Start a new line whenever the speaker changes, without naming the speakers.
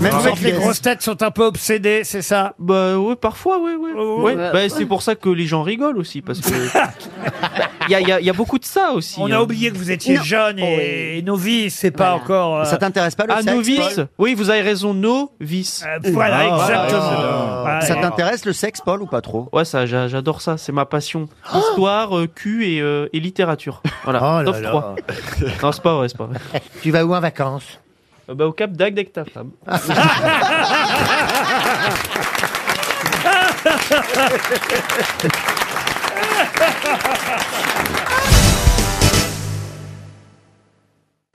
Même
Ah,
ceux que les
yes.
grosses têtes sont un peu obsédés, c'est ça
Bah oui, parfois, oui, oui. Ouais, bah, c'est pour ça que les gens rigolent aussi, parce que il y, a- il y a- il y a beaucoup de ça aussi.
On a
hein.
oublié que vous étiez jeune et, novice, c'est pas encore... euh,
Ça t'intéresse pas le
Ah,
sexe
novice
Paul
Oui, vous avez raison, novice.
euh, voilà,
Ah,
exactement.
voilà,
Ah,
Ça
et-
t'intéresse le sexe, Paul, ou pas trop
Ouais, ça, j'a- j'adore ça, c'est ma passion. Histoire, euh, cul et, euh, et littérature. Voilà,
Oh là
top
là.
3. non, c'est pas vrai, c'est pas vrai.
Tu vas où en vacances
Euh, Bah, au Cap d'Agde avec ta femme.